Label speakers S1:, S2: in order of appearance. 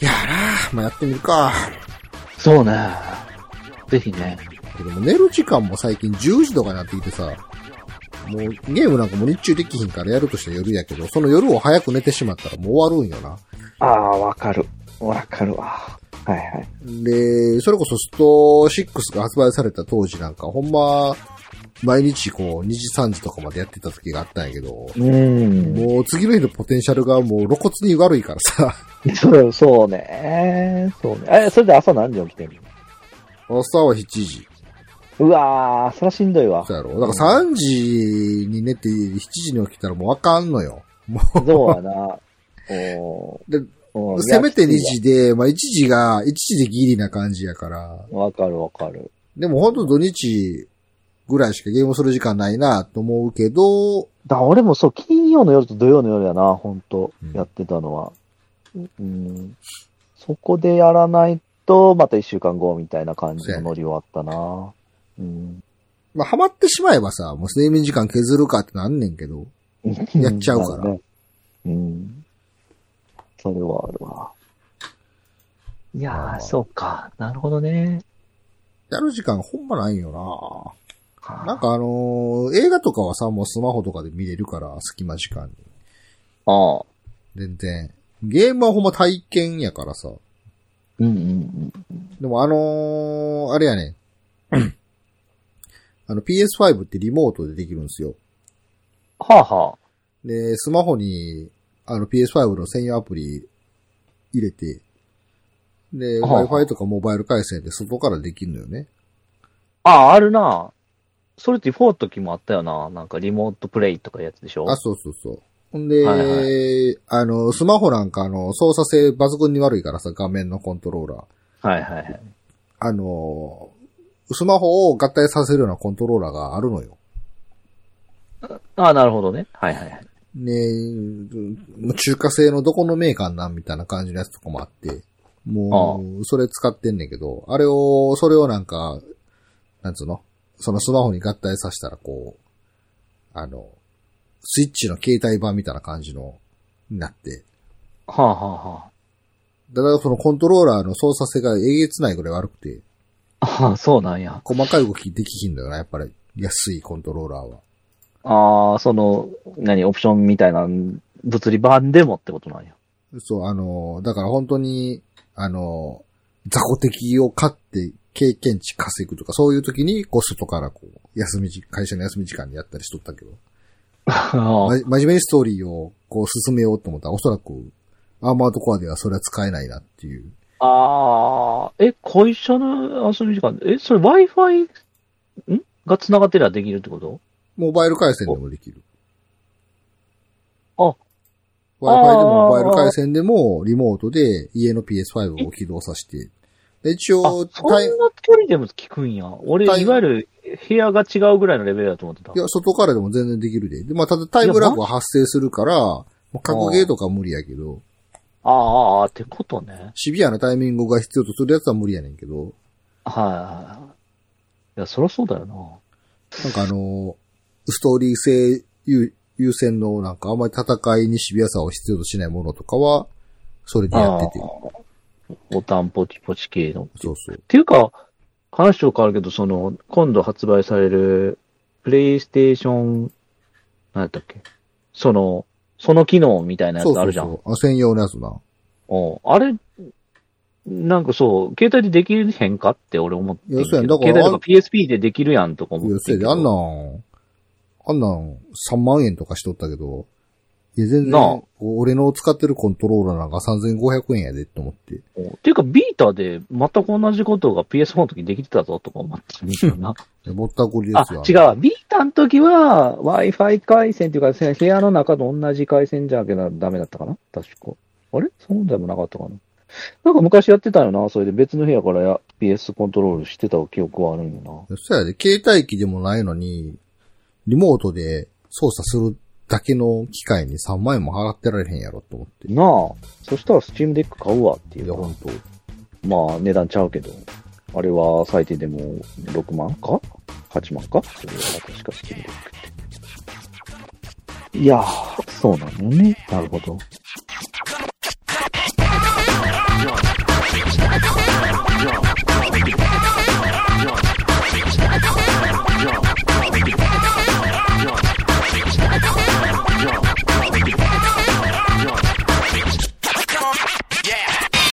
S1: いやーなまあ、やってみるか。
S2: そうね。ぜひね。
S1: でも寝る時間も最近10時とかになってきてさ、もうゲームなんかも日中できひんからやるとしたら夜やけど、その夜を早く寝てしまったらもう終わるんよな。
S2: ああ、わかる。わかるわ。はいはい。
S1: で、それこそスト6が発売された当時なんか、ほんま、毎日こう2時3時とかまでやってた時があったんやけど、
S2: うーん。
S1: もう次の日のポテンシャルがもう露骨に悪いからさ、
S2: そう、そうね。そうね。え、それで朝何時起きてるの
S1: 朝は7時。
S2: うわー、そらしんどいわ。
S1: そうやろ。だから3時に寝て7時に起きたらもうあかんのよ。もう。
S2: そうや な。お
S1: で
S2: ーおー
S1: せめて2
S2: いやきつい
S1: 時で、まあ1時が、1時でギリな感じやから。
S2: わわかるわかる。
S1: でもほんと土日ぐらいしかゲームする時間ないなと思うけど、
S2: だ俺もそう、金曜の夜と土曜の夜やな、本当
S1: うん
S2: やってたのは。うん。そこでやらないと、また一週間後みたいな感じのノリ終わったな。うん。
S1: まあハマってしまえばさ、もう睡眠時間削るかってなんねんけど。やっちゃうから
S2: なるね。うん。それはあるわ。いや
S1: あー
S2: ー、そうか。なるほどね。
S1: やる時間ほんまないよななん
S2: あ
S1: かあのー映画とかはさ、もうスマホとかで見れるから、隙間時間に。
S2: あ。
S1: 全然。ゲームはほんま体験やからさ。
S2: うんうんうん。
S1: でもあのーあれやね。 あの PS5 ってリモートでできるんですよ。
S2: はあは
S1: で、スマホに、あの PS5 の専用アプリ入れて、で、
S2: ああ
S1: Wi-Fi とかモバイル回線で外からできるのよね。
S2: あ。ああ、あるな。ソルティ4の時もあったよな。なんかリモートプレイとかいうやつでしょ
S1: あ、そうそうそう。ほんで、
S2: はい
S1: あの、スマホなんかあの、操作性抜群に悪いからさ、画面のコントローラー。
S2: はいはいはい。
S1: あの、スマホを合体させるようなコントローラーがあるのよ。
S2: ああ、なるほどね。はいはいはい。
S1: ねもう中華製のどこのメーカーなんみたいな感じのやつとかもあって、もう、それ使ってんねんけど、あれを、それをなんか、なんつうのそのスマホに合体させたら、こう、あの、スイッチの携帯版みたいな感じの、になって、
S2: はあはあは
S1: だからそのコントローラーの操作性がえげつないぐらい悪くて、
S2: あ。ああ、そうなんや。
S1: 細かい動きできひんのよな、やっぱり。安いコントローラーは。
S2: ああ、その、何、オプションみたいな、物理版でもってことなん や。
S1: そう、あの、だから本当に、あの、雑魚敵を勝って経験値稼ぐとか、そういう時に、こう、外からこう、休み時、会社の休み時間にやったりしとったけど、
S2: あ
S1: ま、真面目にストーリーをこう進めようと思ったら、おそらく、アーマードコアではそれは使えないなっていう。
S2: ああ、え、会社の遊び時間、え、それ Wi-Fi んが繋がってりゃできるってこと
S1: モバイル回線でもできる。
S2: あ
S1: Wi-Fi でも
S2: あー
S1: モバイル回線でも、リモートで家の PS5 を起動させて、で一
S2: あ、
S1: 応、
S2: そんな
S1: タイ
S2: 距離でも聞くんや。俺、い
S1: タイ
S2: わゆる部屋が違うぐらいのレベルだと思ってた
S1: い。や、外からでも全然できるで。で、まあ、ただタイムラグは発生するから、もう格ゲーとか無理やけど、
S2: ああ、ああ、ってことね。
S1: シビアなタイミングが必要とするやつは無理やねんけど、
S2: はいはいはい。いや、そりゃそうだよな。
S1: なんかあのー、ストーリー性優優先のなんかあんまり戦いにシビアさを必要としないものとかは、それでやってて。
S2: ああボタンポチポチ系の。っ
S1: そうそう。
S2: ていうか、話は変わるけど、その、今度発売される、プレイステーション、何やったっけその、その機能みたいなや
S1: そう
S2: つ
S1: そ
S2: あ
S1: う
S2: るじゃん。
S1: そう。あ、専用のやつな。
S2: うん。あれ、なんかそう、携帯でできへんかって俺思ってんけど
S1: いやそうやんだから
S2: 携帯とか PSP でできるやんとか思
S1: いや、
S2: って
S1: せ
S2: ん
S1: いで、
S2: けど。
S1: あんなん、あんなん、3万円とかしとったけど、いや、全
S2: なあ
S1: 然、俺の使ってるコントローラーなんか3500円やでって思って。
S2: うんっていうか、ビータで全く同じことが PS4 の時にできてたぞとか思ってんけど な。
S1: いやぼったくりで
S2: あ
S1: すよ。、
S2: 違うわ。ビータの時は Wi-Fi 回線っていうか、部屋の中と同じ回線じゃなきゃダメだったかな確か。あれそうでもなかったかななんか昔やってたよな。それで別の部屋からや PS コントロールしてた記憶はあるんよ
S1: そうやで、携帯機でもないのに、リモートで操作するだけの機械に3万円も払ってられへんやろと思って。
S2: な。なあ。そしたら Steam デック買うわっていう
S1: い
S2: な。
S1: や、ほんと。
S2: まあ値段ちゃうけど、あれは最低でも6万か ?8 万かそれは確かスキンって。いやー、そうなのね。なるほど。
S3: One, した。